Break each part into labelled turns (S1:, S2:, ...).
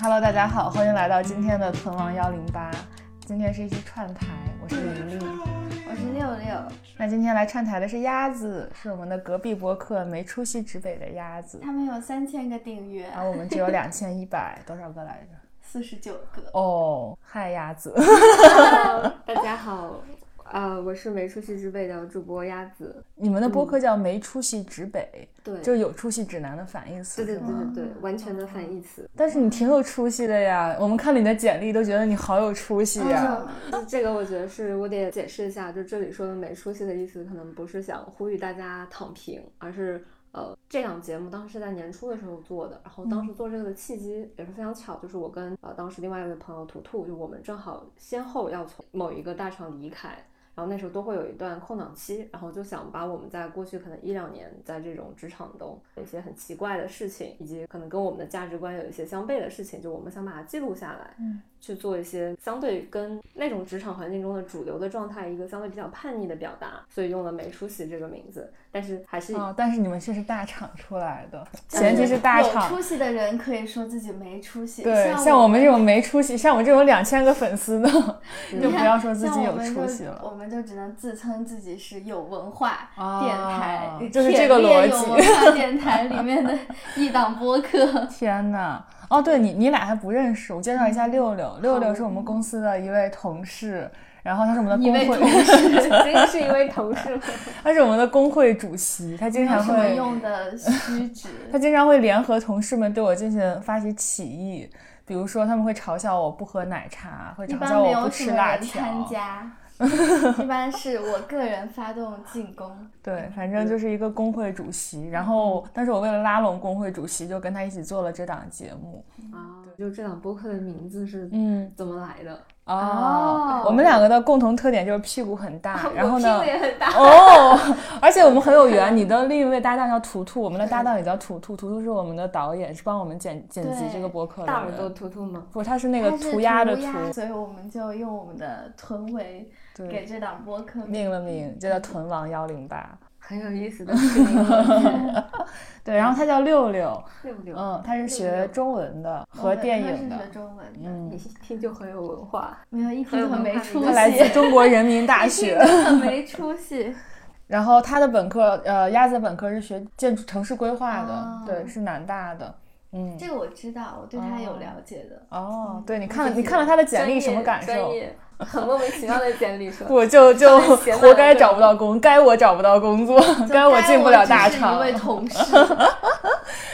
S1: Hello，大家好，欢迎来到今天的存亡幺零八。今天是一期串台，我是李丽。
S2: 我是六六，
S1: 那今天来串台的是鸭子，是我们的隔壁播客没出息指北的鸭子。
S2: 他们有三千个订阅，
S1: 然后我们只有两千一百多少个来着？
S2: 四十九个。
S1: 哦，嗨，鸭子，
S3: 大家好，啊，我是没出息之辈的主播鸭子。
S1: 你们的播客叫没出息指北，
S3: 嗯对，
S1: 就是有出息指南的反义词。
S3: 对
S1: 是
S3: 对对
S1: 吗
S3: 对对，完全的反义词。
S1: 但是你挺有出息的呀，我们看了你的简历都觉得你好有出息呀。
S2: 嗯
S3: 就这个我觉得是我得解释一下，就这里说的没出息的意思，可能不是想呼吁大家躺平，而是呃，这档节目当时是在年初的时候做的，然后当
S1: 嗯
S3: 时做这个的契机也是非常巧，就是我跟呃当时另外一位朋友图图，就我们正好先后要从某一个大厂离开。然后那时候都会有一段空档期，然后就想把我们在过去可能一两年在这种职场中有一些很奇怪的事情，以及可能跟我们的价值观有一些相悖的事情，就我们想把它记录下来，
S1: 嗯
S3: 去做一些相对跟那种职场环境中的主流的状态一个相对比较叛逆的表达，所以用了“没出息”这个名字，但是还是、
S1: 啊、但是你们却是大厂出来的，
S2: 但
S1: 前提是大厂
S2: 有出息的人可以说自己没出息，
S1: 对，
S2: 像
S1: 像我们这种没出息，像我这种两千个粉丝的， 就
S2: 你
S1: 不
S2: 看
S1: 要说自
S2: 嗯像
S1: 己
S2: 我
S1: 有
S2: 们
S1: 出
S2: 就
S1: 息了。
S2: 我们就只能自称自己是有文化
S1: 啊
S2: 电台，
S1: 就是
S2: 铁
S1: 这个
S2: 面
S1: 逻辑，
S2: 有文化电台里面的一档播客
S1: 天呐！哦，对你，你俩还不认识，我介绍一
S2: 嗯
S1: 下六六。六六是我们公司的一位同事，然后他是我们的
S2: 哦一位
S1: 工
S2: 同
S1: 会，
S2: 事
S3: 真 的是一位同事 吗？
S1: 他是我们的工会主席，他经
S2: 有
S1: 常
S2: 什么
S1: 会，
S2: 用 的虚职？
S1: 他经常会联合同事们对我进行发起起义，比如说他们会嘲笑我不喝奶茶，会
S2: 一
S1: 嘲
S2: 般
S1: 笑
S2: 没
S1: 我不
S2: 有什
S1: 吃
S2: 么
S1: 辣
S2: 人
S1: 条，
S2: 参加，一般是我个人发动进攻。
S1: 对，反正就是一个工会主席。然
S2: 嗯
S1: 后，但是我为了拉拢工会主席，就跟他一起做了这档节目。
S3: 啊，就这档播客的名字是
S1: 嗯，
S3: 怎么来的？
S1: 哦，我们两个的共同特点就是屁股很大，然后呢
S3: 我屁股，也很大。
S1: 哦，而且我们很有缘，你的另一位搭档叫图图，我们的搭档也叫图图，图图是我们的导演，是帮我们剪剪辑这个博客的
S3: 大耳朵
S1: 人
S3: 图图吗？
S1: 不，他是那个
S2: 它是
S1: 涂鸦的
S2: 涂
S1: 涂，
S2: 所以我们就用我们的臀围给
S1: 对，
S2: 这档播客
S1: 命了命，就叫臀王幺零八。
S3: 很有 意思的是一个
S1: 对，然后他叫六六，
S3: 六六，
S1: 嗯，他是
S3: 六
S1: 学
S3: 六
S1: 中文的
S2: 我
S1: 和
S2: 本科
S1: 电影的
S2: 嗯是，学中文的，
S1: 嗯
S3: 你，一听就很有文化。
S2: 没有一听就很没出息，
S1: 他来自中国人民大学。
S2: 很 没出息。
S1: 然后他的本科，呃，鸭子的本科是学建筑城市规划的，
S2: 哦
S1: 对，是南大的，嗯，
S2: 这个我知道，我对他有了解的。
S1: 哦，对，你看了你看了他的简历什么感
S3: 嗯专
S1: 受？
S3: 业，很莫名其妙的简历说。
S1: 不就就
S3: 稍微闲
S1: 活
S3: 了
S1: 该
S3: 对
S1: 找不到工，该我找不到工作，
S2: 就
S1: 该我进不了大
S2: 只
S1: 厂
S2: 是，一位同事，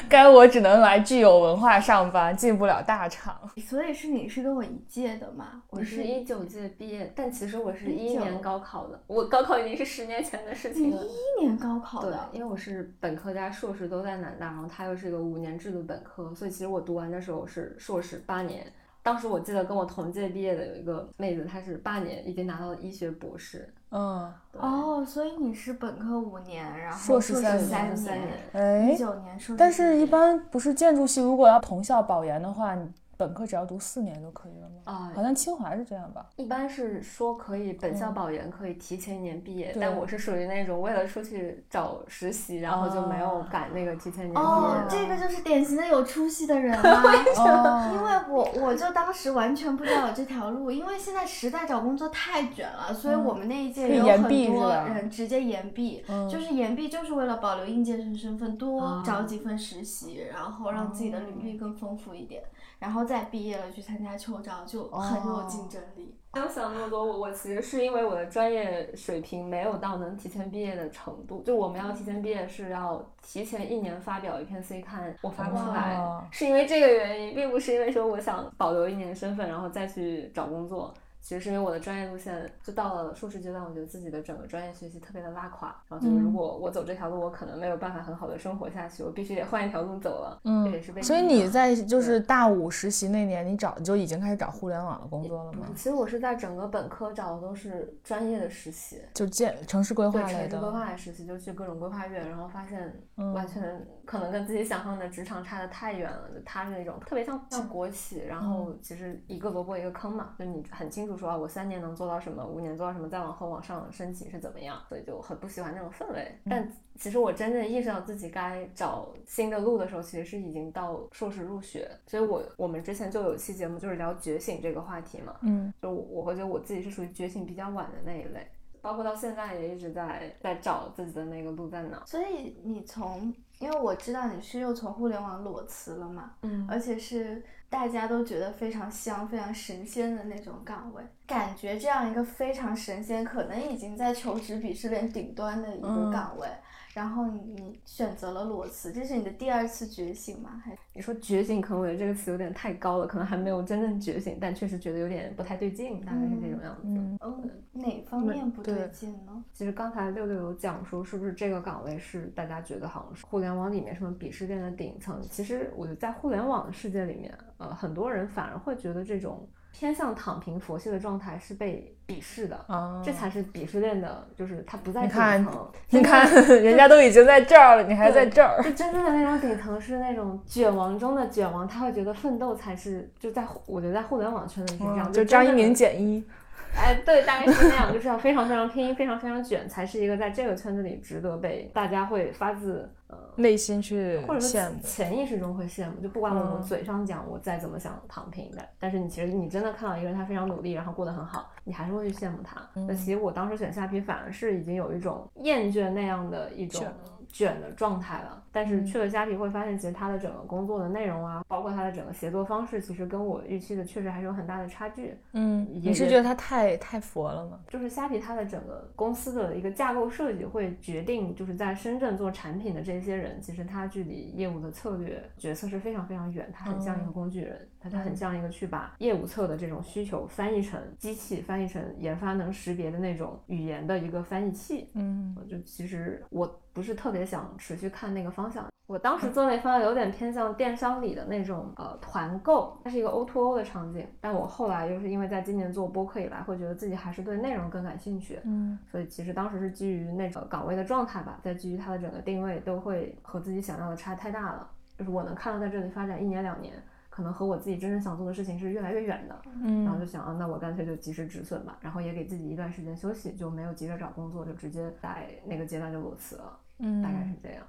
S1: 该我只能来具有文化上班，进不了大厂。
S2: 所以是你是跟我一届的嘛？我
S3: 我是
S2: 是
S3: 一九届毕业，但其实我是一
S2: 19
S3: 年高考的，我高考已经是十年前的事情了。
S2: 一年高考
S3: 对
S2: 的，，
S3: 因为我是本科加硕士都在南大，然后它又是一个五年制的本科，所以其实我读完的时候是硕士八年。当时我记得跟我同届毕业的有一个妹子，她是八年已经拿到了医学博士，
S1: 嗯，
S3: 对，
S2: 哦，所以你是本科五年，然后
S1: 硕士
S2: 士
S1: 三
S2: 三
S3: 年三
S2: 年
S3: 年，
S1: 哎
S2: 一，九年硕士三年，
S1: 但是一般不是建筑系，如果要同校保研的话，你本科只要读四年就可以了吗？
S3: 啊、
S1: 好像清华是这样 吧？
S3: 一般是说可以本校保研，可以提前一年毕业，但
S1: 对
S3: 我是属于那种为了出去找实习，然后就没有
S1: 啊
S3: 赶那个提前一年毕业
S2: 哦
S3: 的。，
S2: 这个就是典型的有出息的人啊！
S1: 哦
S2: 因为我我就当时完全不知道有这条路，因为现在时代找工作太卷了，所以我们那一届
S1: 嗯可以
S2: 有
S1: 延
S2: 很
S1: 毕是
S2: 多
S1: 吧
S2: 人直接延毕，
S1: 嗯哦
S2: 就是延毕就是为了保留应届生身份，多
S3: 啊
S2: 找几份实习，然后让自己的履历更丰富一点，然后再毕业了去参加秋招，就很有
S1: 哦
S2: 竞争力。
S3: 没有想那么多，我我其实是因为我的专业水平没有到能提前毕业的程度，就我们要提前毕业是要提前一年发表一篇 C 刊，我发不出来
S1: 哇，
S3: 是因为这个原因，并不是因为说我想保留一年身份，然后再去找工作。其实是因为我的专业路线就到了硕士阶段，我觉得自己的整个专业学习特别的拉垮，然后就是如
S1: 嗯
S3: 果我走这条路，我可能没有办法很好的生活下去，我必须得换一条路走了。这也是被
S1: 嗯所以
S3: 逼的
S1: 你在就是大五实习那年，你找你就已经开始找互联网的工作了吗
S3: 嗯？其实我是在整个本科找的都是专业的实习，
S1: 就建城市规
S3: 对
S1: 划类
S3: 城市规
S1: 的，
S3: 划的实习，就去各种规划院，然后发现
S1: 嗯
S3: 完全可能跟自己想象的职场差的太远了。就它是那种特别像像国企，然后其实一个萝卜一个坑嘛，就你很清楚说啊，我三年能做到什么，五年做到什么，再往后往上申请是怎么样，所以就很不喜欢那种氛围。但其实我真正意识到自己该找新的路的时候，其实是已经到硕士入学。所以我我们之前就有期节目就是聊觉醒这个话题嘛，
S1: 嗯，
S3: 就我我会觉得我自己是属于觉醒比较晚的那一类。包括到现在也一直在在找自己的那个路在哪。
S2: 所以你从，因为我知道你是又从互联网裸辞了嘛，
S3: 嗯，
S2: 而且是大家都觉得非常香、非常神仙的那种岗位，感觉这样一个非常神仙，可能已经在求职鄙视链顶端的一个
S1: 嗯
S2: 岗位，然后你你选择了裸辞，这是你的第二次觉醒吗？还是
S3: 你说觉醒，可能我觉得这个词有点太高了，可能还没有真正觉醒，但确实觉得有点不太对劲，大概是这种样子。
S1: 嗯
S2: 嗯哪方面不对劲呢？
S3: 其实刚才六六有讲说，是不是这个岗位是大家觉得好像是互联网里面什么鄙视链的顶层？其实我觉得在互联网的世界里面，呃，很多人反而会觉得这种偏向躺平佛系的状态是被鄙视的，
S1: 啊，
S3: 这才是鄙视链的，就是它不在
S1: 你
S3: 顶
S1: 看
S3: 层。
S1: 你看，人家都已经在这儿了，你还在这儿。
S3: 就真正的那种顶层是那种卷王中的卷王，他会觉得奋斗才是就在互我觉得在互联网圈里是这
S1: 哦
S3: 样，
S1: 就
S3: 真
S1: 张一
S3: 正的
S1: 鸣减一，
S3: 哎，对，大概是那样，就是要非常非常拼，非常非常卷，才是一个在这个圈子里值得被大家会发自呃
S1: 内心去
S3: 或者
S1: 羡
S3: 说
S1: 慕。
S3: 潜意识中会羡慕，就不管我
S1: 嗯
S3: 们嘴上讲我再怎么想躺平的，但是你其实你真的看到一个人他非常努力，然后过得很好，你还是会去羡慕他。那、其实我当时选下批反而是已经有一种厌倦那样的一种
S1: 卷。
S3: 卷的状态了，但是去了虾皮会发现，其实他的整个工作的内容啊，包括他的整个协作方式，其实跟我预期的确实还是有很大的差距。
S1: 嗯，
S3: 也
S1: 你是觉得他太太佛了吗？
S3: 就是虾皮它的整个公司的一个架构设计，会决定就是在深圳做产品的这些人，其实他距离业务的策略决策是非常非常远，他很像一个工具人，他他很像一个去把业务侧的这种需求翻译成机器翻译成研发能识别的那种语言的一个翻译器。
S1: 嗯
S3: 我就其实我不是特别想持续看那个方向。我当时做那方向有点偏向电商里的那种呃团购，它是一个 O to O 的场景。但我后来又是因为在今年做播客以来，会觉得自己还是对内容更感兴趣，
S1: 嗯
S3: 所以其实当时是基于那种岗位的状态吧，再基于它的整个定位，都会和自己想要的差太大了。就是我能看到在这里发展一年两年，可能和我自己真正想做的事情是越来越远的。然后就
S1: 嗯
S3: 想啊，那我干脆就及时止损吧，然后也给自己一段时间休息，就没有急着找工作，就直接在那个阶段就裸辞了，
S1: 嗯
S3: 大概是这样。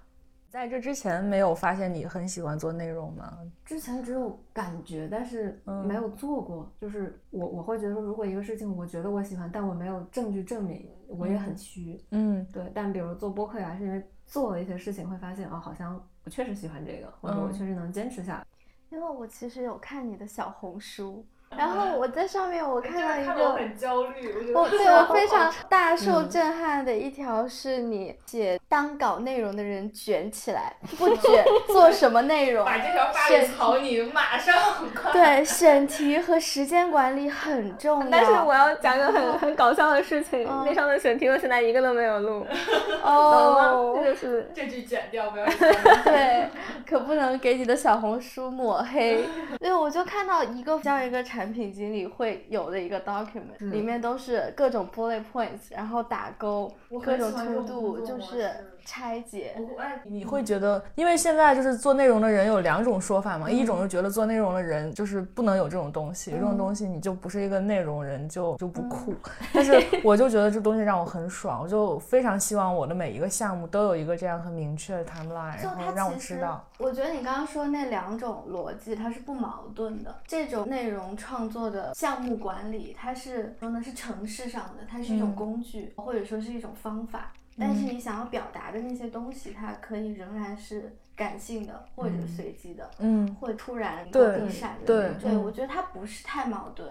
S1: 在这之前没有发现你很喜欢做内容吗？
S3: 之前只有感觉，但是
S1: 嗯
S3: 没有做过。就是我我会觉得说，如果一个事情我觉得我喜欢，但我没有证据证明，我也很虚。
S1: 嗯
S3: 对，但比如做播客呀，是因为做了一些事情，会发现哦，好像我确实喜欢这个，或者我
S1: 嗯
S3: 确实能坚持下来。
S2: 因为我其实有看你的小红书，
S4: 嗯
S2: 然后我在上面
S4: 哎
S2: 我看到一个。
S4: 焦虑，我觉
S2: 我对我非常大受
S3: 嗯
S2: 震撼的一条是你写当稿内容的人卷起来，不卷做什么内 容？
S4: 这条
S2: 发给
S4: 曹宁，马上。
S2: 对，审题和时间管理很重要。
S3: 但是我要讲一个很很搞笑的事情，
S2: 嗯
S3: 那上的选题我现在一个都没有录，
S2: 哦，
S3: 这就是
S4: 这句剪掉，不要。
S2: 对，可不能给你的小红书抹黑。对，我就看到一个像一个产品经理会有的一个 document，、
S3: 嗯
S2: 里面都是各种 bullet points，然后打勾，
S4: 我
S2: 各
S4: 很
S2: 种
S4: 喜欢这
S2: to
S4: 种工
S2: do，
S4: 作
S2: 就
S4: 模
S2: 是
S4: 式
S2: 拆解。
S4: 我哎，
S1: 你会觉得，因为现在就是做内容的人有两种说法嘛，一
S2: 嗯
S1: 种是觉得做内容的人就是不能有这种东西，这种东西你就不是一个内容人，就就不酷。
S2: 嗯
S1: 但 是我就觉得这东西让我很爽，我就非常希望我的每一个项目都有一个这样很明确的 timeline，
S2: 就
S1: 然
S2: 它
S1: 后让我
S2: 其
S1: 知
S2: 实
S1: 道。。
S2: 我觉得你刚刚说那两种逻辑，它是不矛盾的。这种内容创作的项目管理，它是说呢是程式上的，它是一种
S1: 嗯
S2: 工具，或者说是一种方法。但是你想要表达的那些东西，它可以仍然是感性的，或者随机的，
S1: 嗯，
S2: 或者突然
S1: 对
S2: 灵光一闪的那种。
S1: 对
S2: 对，
S3: 嗯
S2: 我觉得它不是太矛盾。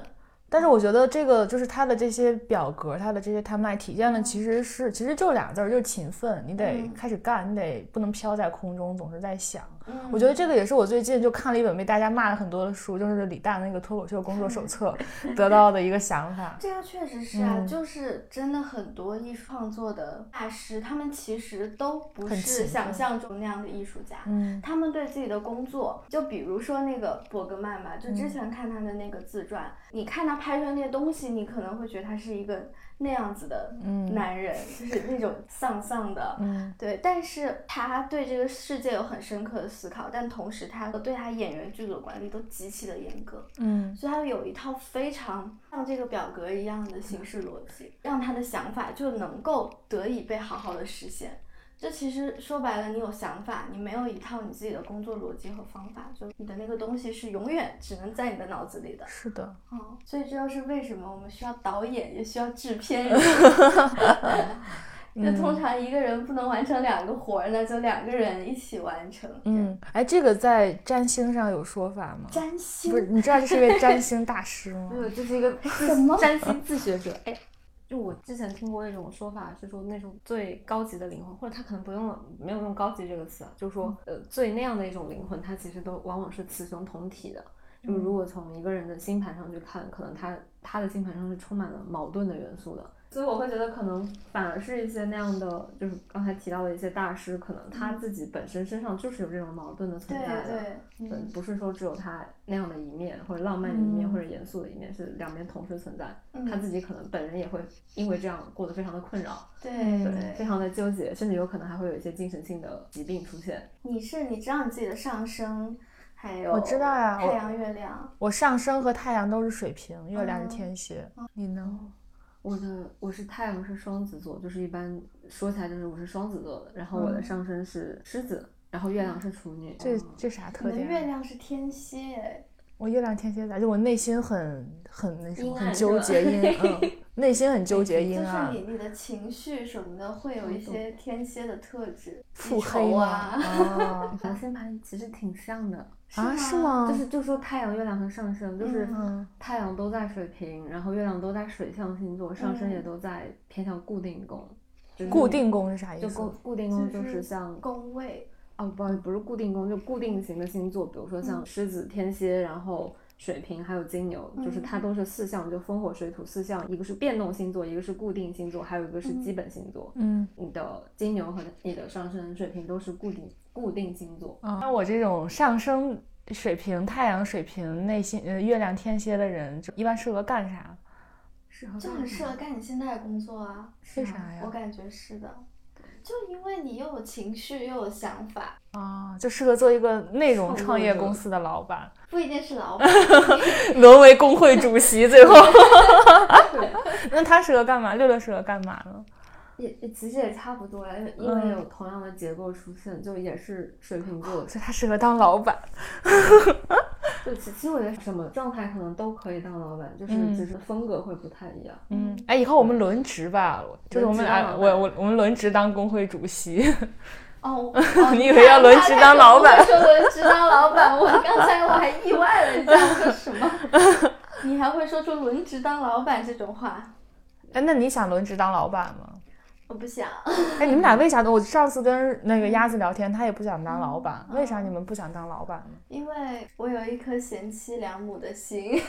S1: 但是我觉得这个就是它的这些表格，它的这些 timeline 体现的其实是，其实就俩字儿，就是勤奋。你得
S2: 嗯
S1: 开始干，你得不能飘在空中，总是在想。
S2: 嗯，
S1: 我觉得这个也是我最近就看了一本被大家骂了很多的书，就是李诞那个脱口秀工作手册 得到的一个想法。
S2: 这个确实是啊，
S1: 嗯
S2: 就是真的很多艺术创作的大师，他们其实都不
S1: 很勤
S2: 是
S1: 奋
S2: 想象中那样的艺术家。
S1: 嗯
S2: 他们对自己
S1: 嗯
S2: 的工作，就比如说那个伯格曼吧，就之前看他的那个自传，你看他拍出来那些东西，你可能会觉得他是一个那样子的
S1: 嗯
S2: 男人，就是那种丧丧的，
S1: 嗯
S2: 对，但是他对这个世界有很深刻的思考，但同时他对他演员剧组的管理都极其的严格，
S1: 嗯
S2: 所以他有一套非常像这个表格一样的形式逻辑，让他的想法就能够得以被好好的实现。这其实说白了，你有想法，你没有一套你自己的工作逻辑和方法，就你的那个东西是永远只能在你的脑子里的。
S1: 是的，
S2: 哦，所以这就是为什么我们需要导演，也需要制 片人。
S1: 嗯
S2: 就通常一个人不能完成两个活儿，那就两个人一起完成。
S1: 嗯，哎，这个在占星上有说法吗？
S2: 占
S1: 不是，
S2: 星
S1: 你知道这是一位占星大 师吗
S3: 没？有，嗯这是一个
S2: 什么
S3: 占星自学者。哎，就我之前听过一种说法，是说那种最高级的灵魂，或者他可能不用了，没有用“高级”这个词啊，就是说，
S2: 嗯
S3: 呃，最那样的一种灵魂，它其实都往往是雌雄同体的。
S2: 嗯
S3: 就如果从一个人的星盘上去看，可能他他的星盘上是充满了矛盾的元素的。所以我会觉得，可能反而是一些那样的，就是刚才提到的一些大师，可能他自己本身身上就是有这种矛盾的存
S2: 嗯对
S3: 在的。
S2: 对，
S3: 对，
S2: 嗯
S3: 呃不是说只有他那样的一面，或者浪漫的一面，
S1: 嗯
S3: 或者严肃的一面，是两面同时存在。
S2: 嗯
S3: 他自己可能本人也会因为这样过得非常的困扰，
S2: 对
S1: 嗯
S2: 对
S3: 非常的纠结，甚至有可能还会有一些精神性的疾病出现。
S2: 你是你知道你自己的上升，还有
S1: 我知道呀
S2: 太
S1: 我
S2: 阳、月亮，
S1: 我上升和太阳都是水瓶，月
S2: 哦
S1: 亮是天蝎，你呢？
S3: 我的我是太阳是双子座，就是一般说起来就是我是双子座的，然后我的
S1: 嗯
S3: 上升是狮子，然后月亮是处女。
S1: 这
S3: 嗯
S1: 这啥特
S2: 你的
S1: 点啊？
S2: 月亮是天蝎，
S1: 我月亮天蝎座，就我内心很很那什么，
S3: 阴
S1: 很
S3: 暗
S1: 纠
S3: 是
S1: 结阴， 嗯，内心很纠结
S2: 就
S1: 阴
S2: 是
S1: 暗，
S2: 你你的情绪什么的会有一些天蝎的特质，
S1: 嗯腹
S2: 记
S1: 黑
S2: 仇
S1: 吗？
S2: 啊，
S1: 啊
S3: 咱星盘其实挺像的，
S1: 啊，是
S2: 是
S1: 吗？
S3: 就是就说太阳、月亮和上升，就是
S1: 嗯
S3: 太阳都在水瓶，然后月亮都在水象星座，上升也都在偏向固定宫。就是
S1: 嗯固定宫是啥意
S3: 就固
S1: 思？
S3: 固
S1: 嗯
S3: 定宫
S2: 就
S3: 就是是像
S2: 宫位，
S3: 哦不不是固定宫，就固定型的星座，比如说像
S2: 嗯
S3: 狮子、天蝎，然后水瓶还有金牛，就是
S2: 嗯
S3: 它都是四象，就风火水土四象，一个是变动星座，一个是固定星座，还有一个是基本星座。
S1: 嗯，
S3: 你的金牛和你的上升水瓶都是固定固定星座，
S1: 啊，那我这种上升水平、太阳水平、内心呃月亮天蝎的人，就一般适合干啥？
S3: 适合
S2: 就
S3: 干
S2: 很
S3: 啥
S2: 适合干你现在的工作啊。
S1: 嗯为啥
S2: 我
S1: 呀？
S2: 感觉是的，就因为你又有情绪又有想法，
S1: 啊，就适合做一个内容
S3: 创作
S1: 创业
S3: 者
S1: 公司的老 板，
S2: 不一定是老板，
S1: 沦为工会主席。最 后，那他适合干嘛？六六适合干嘛呢？
S3: 也也其实也差不多了，因为因为
S1: 嗯
S3: 有同样的结构出现，就也是水瓶座
S1: 所以他适合当老板。
S3: 就其其实我觉得什么状态可能都可以当老板，就是
S1: 嗯
S3: 只是风格会不太一样。
S1: 嗯，哎，以后我们轮值吧，就是我们
S3: 轮值
S1: 俩，
S3: 当老
S1: 我
S3: 板
S1: 我我们轮值当工会主席。
S2: 哦，哦
S1: 你以为要轮值当老板
S2: 你看他说轮值当老板，我刚才我还意外了，你知道我说什么？ 你还会说出轮值当老板这种话？
S1: 哎，那你想轮值当老板吗？
S2: 我不想，
S1: 哎，你们俩为啥都？我上次跟那个鸭子聊天，他也不想当老板，
S3: 嗯
S1: 为啥你们不想当老板呢？
S2: 因为我有一颗贤妻良母的心，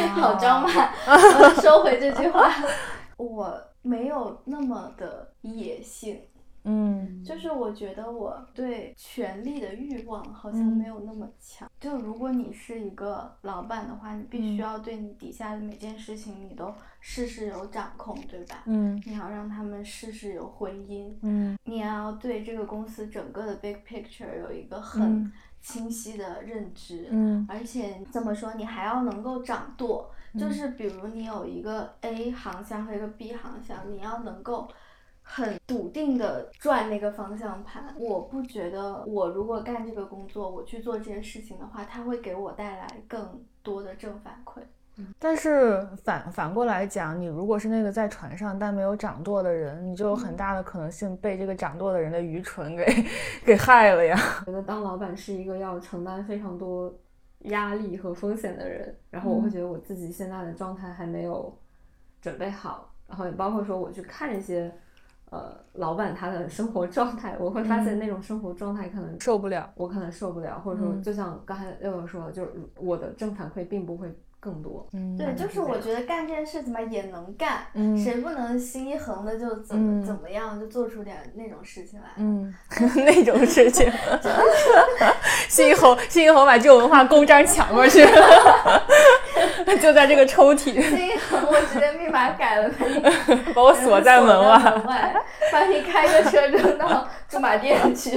S1: 啊
S2: 好 张满。我收回这句话， 我没有那么的野性，
S1: 嗯
S2: 就是我觉得我对权力的欲望好像
S1: 嗯
S2: 没有那么强。就如果你是一个老板的话，你必
S1: 嗯
S2: 须要对你底下的每件事情你都事事有掌控，对吧？
S1: 嗯
S2: 你要让他们事事有回音，
S1: 嗯
S2: 你要对这个公司整个的 big picture 有一个很
S1: 嗯
S2: 清晰的认知。
S1: 嗯
S2: 而且这么说，你还要能够掌舵，就是比如你有一个 A 航向和一个 B 航向，你要能够很笃定的转那个方向盘。我不觉得我如果干这个工作，我去做这件事情的话，它会给我带来更多的正反馈。
S1: 嗯但是反反过来讲，你如果是那个在船上但没有掌舵的人，你就有很大的可能性被这个掌舵的人的愚蠢给 给害了呀。
S3: 觉得当老板是一个要承担非常多压力和风险的人，然后我
S1: 嗯
S3: 会觉得我自己现在的状态还没有准备好，然后也包括说我去看一些呃老板他的生活状态，我会发现那种生活状态可能
S1: 嗯受不了。
S3: 我可能受不了，或者说
S1: 嗯
S3: 就像刚才六六说的，就是我的正反馈并不会更多。
S1: 嗯，
S2: 对，
S3: 嗯
S2: 就是我觉得干这件事情吧，也能干，
S1: 嗯
S2: 谁不能心一横的就怎么、
S1: 嗯
S2: 怎么样，就做出点那种事情来。
S1: 嗯， 那种事情， 新一侯新一侯把这种文化公章抢过去。 就在这个抽屉，
S2: 这个我直接密码改了，把你
S1: 把我哎锁在门外。
S2: 门外，把你开个车扔到驻马店 去。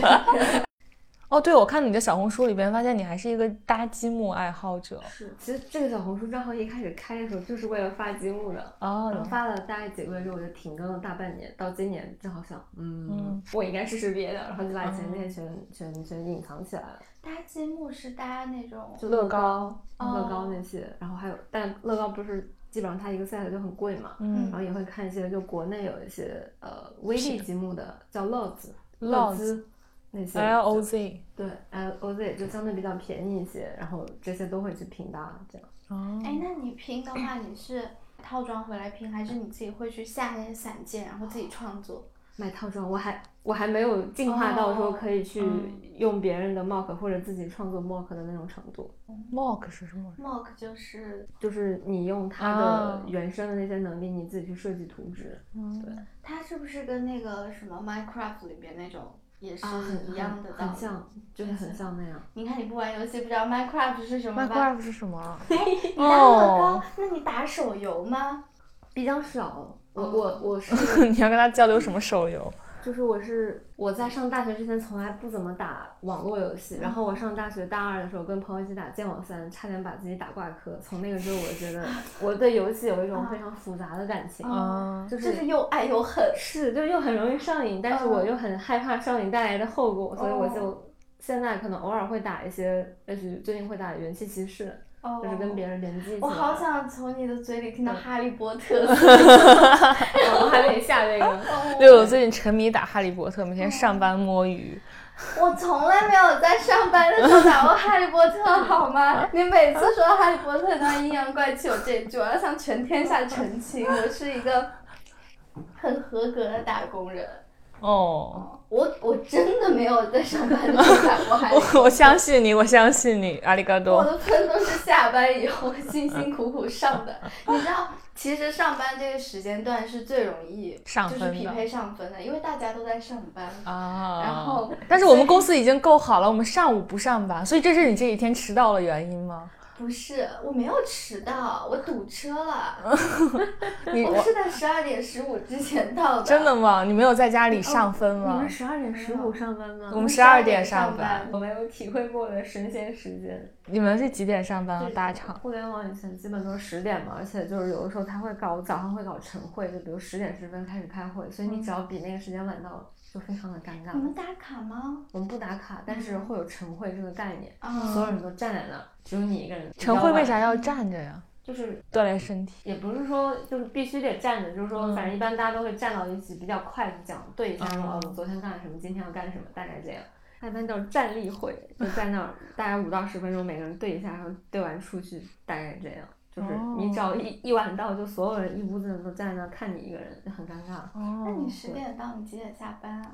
S1: 哦，对，我看你的小红书里边发现你还是一个搭积木爱好者
S3: 是，其实这个小红书账号一开始开的时候就是为了发积木的，
S1: 哦
S3: 然后发了大概几个月之后，我就停更了大半年，到今年正好想，嗯，
S1: 嗯
S3: 我应该试试别的，然后就把以前那些全、全全隐藏起来了，
S2: 搭积木是搭那种，
S3: 就乐高、嗯
S2: 哦
S3: 乐高那些，然后还有，但乐高不是基本上它一个 set 就很贵嘛，
S1: 嗯
S3: 然后也会看一些就国内有一些呃微
S1: 是
S3: 粒积木的叫乐子、
S1: 乐
S3: 乐兹那些
S1: ，L O Z。
S3: 对 L O Z 就相对比较便宜一些，然后这些都会去拼搭这样。
S1: 哦，
S2: 哎，那你拼的话，你是套装回来拼，还是你自己会去下那些散件，然后自己创作？
S3: 买套装，我还我还没有进化到说
S2: 哦
S3: 可以去用别人的 mock 或者自己创作 mock 的那种程度，
S1: mock 是什么？
S2: mock 就是
S3: 就是你用它
S1: 啊
S2: 哦
S3: 的原生的那些能力，你自己去设计图纸。
S1: 对，
S2: 它是不是跟那个什么 Minecraft 里边那种也是
S3: 很
S2: 一样的道理？
S3: 很像，就是很像那样。
S2: 你看你不玩游戏，不知道 Minecraft 哦是什么吧？
S1: Minecraft 是什 么？啊哦
S2: 你打乐高，那你打手游吗？
S3: 比较少，我
S2: 哦
S3: 我我 是
S1: 你要跟他交流什么手游？
S3: 就是我是我在上大学之前从来不怎么打网络游戏，然后我上大学大二的时候跟朋友一起打《剑网三》，差点把自己打挂科。从那个之后，我觉得我对游戏有一种非常复杂的感情，
S1: 啊，
S3: 就
S2: 就是是又爱又恨。
S3: 是，就又很容易上瘾，但是我又很害怕上瘾带来的后果，所以我就现在可能偶尔会打一些，也许最近会打元气骑士，
S2: 哦
S3: 就是跟别人联机一起
S2: 我
S3: 玩。
S2: 好想从你的嘴里听到《哈利波特》
S3: 我还没下这 个。
S1: 对，我最近沉迷打《哈利波特》，每天上班摸鱼。
S2: 我从来没有在上班的时候打过《哈利波特》，好吗？你每次说《哈利波特》，那阴阳怪气我这一句，我要向全天下澄清，我是一个很合格的打工人。
S1: 哦，
S2: 我我真的没有在上班的时候打过《哈利波特
S1: 我我相信你，我相信你，阿里嘎
S2: 哦我
S1: 多。
S2: 的分都是下班以后辛辛苦苦上的，你知道，其实上班这个时间段是最容易
S1: 上
S2: 就
S1: 分
S2: 是
S1: 的
S2: 匹配上分的，因为大家都在上班。
S1: 啊
S2: 然后
S1: 但是我们公司已经够好了，我们上午不上班，所以这是你这几天迟到的原因吗？
S2: 不是，我没有迟到，我堵车了。
S1: 你
S2: 我是在十二点十五之前到的。
S1: 嗯真的吗？你没有在家里
S2: 哦
S1: 上分
S3: 你
S1: 吗
S3: 们？十二点十五上班
S1: 我
S3: 吗？
S1: 们
S2: 们
S1: 十二点
S2: 点
S1: 上
S2: 上
S1: 班
S2: 班，
S3: 我没有体会过我的神仙时间。
S1: 你们是几点上班啊？大厂
S3: 互联网以前基本都是十点嘛，而且就是有的时候他会搞早上会搞晨会，就比如十点十分开始开会，所以
S1: 嗯
S3: 你只要比那个时间晚到，就非常的尴尬
S2: 你。们打卡吗？
S3: 我们不打卡，但
S1: 嗯
S3: 是会有晨会这个概念，
S2: 啊
S3: 所有人都站在那儿，只有你一个人。
S1: 晨会为啥？要
S2: 嗯
S1: 站着呀？
S3: 就是
S1: 锻炼身体。
S3: 也不是说就是必须得站着，就是说反正一般大家都会站到一起，比较快地讲对一下说
S1: 嗯
S3: 哦，我昨天干了什么，今天要干什么，大概这样。那一般叫站立会，就在那儿大概五到十分钟，每个人对一下，然后对完出去，大概这样。就是你只要一一晚到，就所有人一屋子人都站在那儿看你一个人，就很尴尬。
S1: 哦
S2: 那你十点到，你几点下班啊？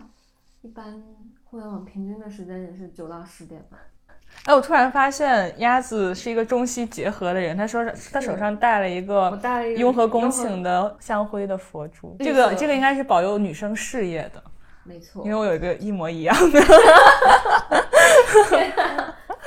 S3: 一般互联网平均的时间也是九到十点吧。
S1: 哎，我突然发现鸭子是一个中西结合的人，他说他手上戴了一
S3: 我
S1: 个
S3: 带了一个
S1: 雍和宫
S3: 雍和
S1: 请的香灰的佛珠，
S3: 绿
S1: 这个
S3: 色
S1: 这个应该是保佑女生事业的，
S3: 没错
S1: 因为，我有一个一模一 样的。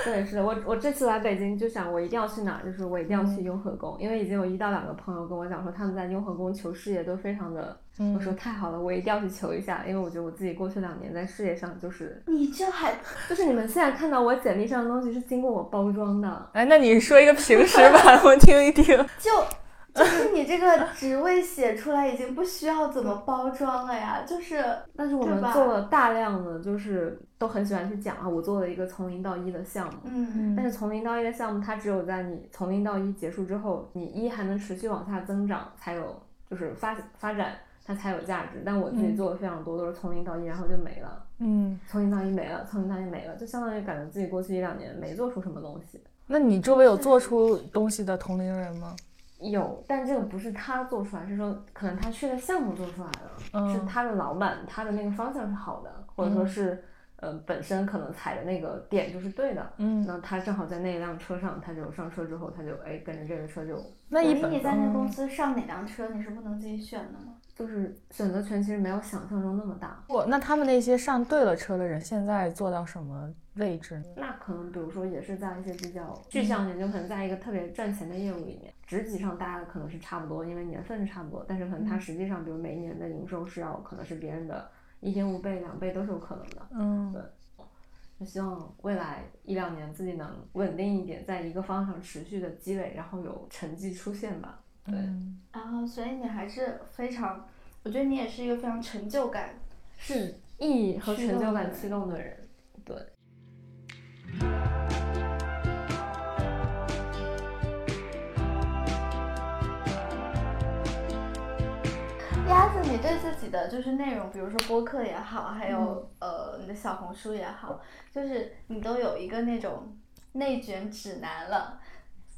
S3: 对，是的，我我这次来北京就想，我一定要去哪儿，就是我一定要
S2: 嗯
S3: 去雍和宫，因为已经有一到两个朋友跟我讲说，他们在雍和宫求事业都非常的，
S1: 嗯
S3: 我说太好了，我一定要去求一下，因为我觉得我自己过去两年在事业上就是
S2: 你这还
S3: 就是你们现在看到我简历上的东西是经过我包装的，
S1: 哎，那你说一个平时版，我听一 听。
S2: 就就是 你这个职位写出来已经不需要怎么包装了呀，就是
S3: 但是我们
S2: 对吧
S3: 做了大量的就是都很喜欢去讲啊，我做了一个从零到一的项目，
S2: 嗯
S3: 但是从零到一的项目，它只有在你从零到一结束之后，你一还能持续往下增长，才有就是发发展，它才有价值。但我自己做的非常多，都是从零到一，然后就没了，
S1: 嗯，
S3: 从零到一没了，从零到一没了，就相当于感觉自己过去一两年没做出什么东西。
S1: 那你周围有做出东西的同龄人吗？
S3: 有，但这个不是他做出来，是说可能他去的项目做出来了，
S1: 嗯
S3: 是他的老板他的那个方向是好的，或者说是、呃本身可能踩的那个点就是对的，
S1: 嗯，
S3: 那他正好在那一辆车上，他就上车之后，他就哎跟着这个车就
S1: 那一
S2: 所以
S1: 本
S2: 你在那
S1: 呢
S2: 公司上哪辆车，你是不能自己选的吗？
S3: 就是选择权其实没有想象中那么大。
S1: 不，那他们那些上对了车的人，现在做到什么位置呢？
S3: 那可能比如说也是在一些比较具象点，就可能在一个特别赚钱的业务里面，职级上大家可能是差不多，因为年份是差不多，但是可能它实际上，比如每一年的营收是要可能是别人的一点五倍、两倍都是有可能的。
S1: 嗯，
S3: 就希望未来一两年自己能稳定一点，在一个方向持续的积累，然后有成绩出现吧。对，
S1: 嗯
S2: 然后，所以你还是非常，我觉得你也是一个非常成就感
S3: 是意义和成就感驱动的人。对，
S2: 鸭子，你对自己的就是内容，比如说播客也好，还有、
S1: 嗯
S2: 呃你的小红书也好，就是你都有一个那种内卷指南了。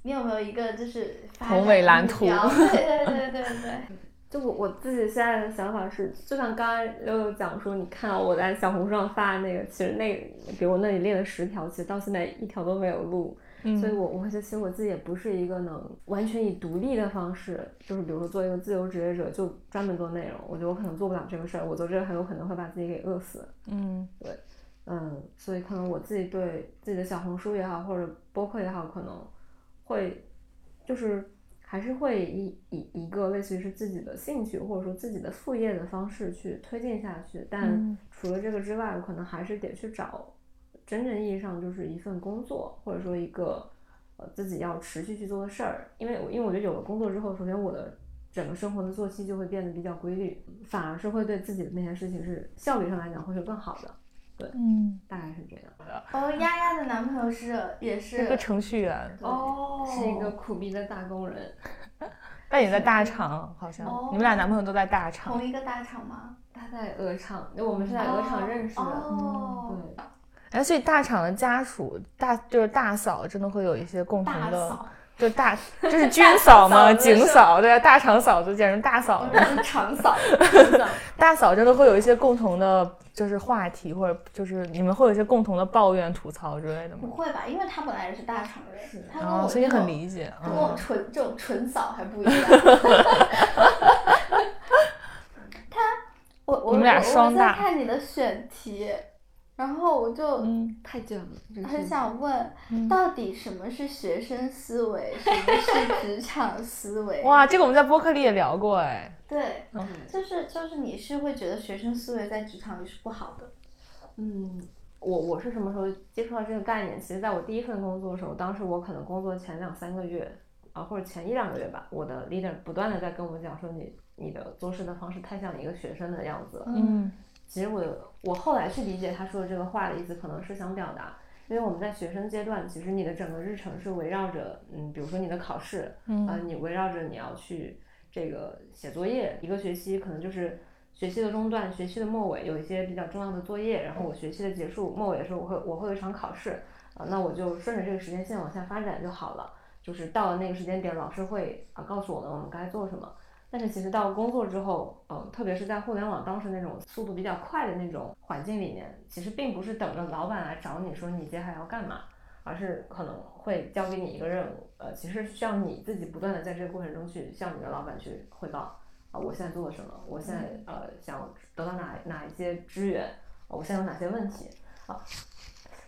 S2: 你有没有一个就是发展
S1: 宏伟
S2: 的
S1: 蓝
S2: 目
S1: 图
S2: 标对对对对对。
S3: 就我我自己现在的想法是，就像刚才悠悠讲说，你看我在小红书上发那个，其实那比我那里列了十条，其实到现在一条都没有录。所以
S1: 嗯
S3: 我我会觉得，其实我自己也不是一个能完全以独立的方式，就是比如说做一个自由职业者，就专门做内容。我觉得我可能做不了这个事儿，我做这个很有可能会把自己给饿死。
S1: 嗯
S3: 嗯，所以可能我自己对自己的小红书也好，或者播客也好，可能会就是还是会以以一个类似于是自己的兴趣或者说自己的副业的方式去推进下去。但
S1: 嗯
S3: 除了这个之外，我可能还是得去找真正意义上就是一份工作，或者说一个呃自己要持续去做的事儿。因为我因为我觉得有了工作之后，首先我的整个生活的作息就会变得比较规律，反而是会对自己的那些事情是效率上来讲会是更好的。
S1: 嗯，
S3: 大概是这样，
S2: 哦，丫丫的男朋友是也
S1: 是
S2: 是
S1: 个程序员，
S2: 哦，
S3: 是一个苦逼的打工人。
S1: 但也在大厂，好像
S2: 哦
S1: 你们俩男朋友都在大厂
S2: 同。一个大厂吗？
S3: 他在鹅厂，就我们是在鹅厂认识的。
S2: 哦，
S3: 对，
S1: 哎，所以大厂的家属大就是大嫂，真的会有一些共同
S2: 大
S1: 的，
S2: 嫂，
S1: 就 大就是军嫂嘛，
S3: 大嫂子是
S1: 警嫂对啊，大厂嫂就简成大嫂了。
S2: 我们是厂嫂，厂嫂
S1: 大嫂真的会有一些共同的，就是话题或者就是你们会有一些共同的抱怨、吐槽之类的
S2: 不
S1: 吗？
S2: 会吧？因为他本来也是大厂人，他跟
S1: 啊，
S2: 我
S1: 所以
S2: 这
S1: 很
S2: 种
S1: 理解。
S2: 跟我
S1: 嗯
S2: 纯这种纯嫂还不一样。他，我我
S1: 你们俩
S2: 我
S1: 双
S2: 我
S1: 大
S2: 在看你的选题，然后我就
S1: 嗯
S3: 太卷了，真是
S2: 很想问，
S1: 嗯
S2: 到底什么是学生思维，什么是职场思维？
S1: 哇，这个我们在播客里也聊过哎。
S2: 对，
S3: 嗯
S2: 就是就是你是会觉得学生思维在职场里是不好的，
S3: 嗯，我我是什么时候接触到这个概念？其实在我第一份工作的时候，当时我可能工作前两三个月啊，或者前一两个月吧，我的 leader 不断的在跟我讲说你你的做事的方式太像一个学生的样子了。
S1: 嗯
S3: 其实我我后来去理解他说的这个话的意思，可能是想表达，因为我们在学生阶段，其实你的整个日程是围绕着，嗯，比如说你的考试，呃，
S1: 嗯
S3: 你围绕着你要去这个写作业，一个学期可能就是学期的中段、学期的末尾有一些比较重要的作业，然后我学期的结束末尾的时候，我会我会有一场考试，啊、那我就顺着这个时间线往下发展就好了。就是到了那个时间点，老师会啊、告诉我们我们该做什么。但是其实到工作之后，嗯、特别是在互联网当时那种速度比较快的那种环境里面，其实并不是等着老板来找你说你接下来要干嘛，而是可能会交给你一个任务，呃，其实是需要你自己不断的在这个过程中去向你的老板去汇报啊、我现在做了什么，我现在呃想得到哪哪一些支援，呃我现在有哪些问题啊。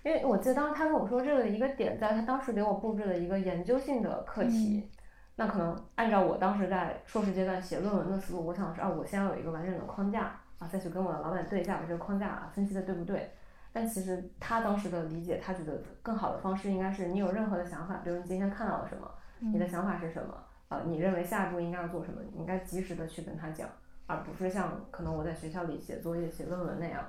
S3: 因为我记得当时他跟我说这个的一个点，在他当时给我布置了一个研究性的课题，那可能按照我当时在硕士阶段写论文的思路，我想的是啊，我先要有一个完整的框架啊，再去跟我的老板对一下我这个框架啊分析的对不对。但其实他当时的理解，他觉得更好的方式应该是你有任何的想法，比如你今天看到了什么，你的想法是什么，呃，你认为下一步应该要做什么，你应该及时的去跟他讲，而不是像可能我在学校里写作业、写论文那样，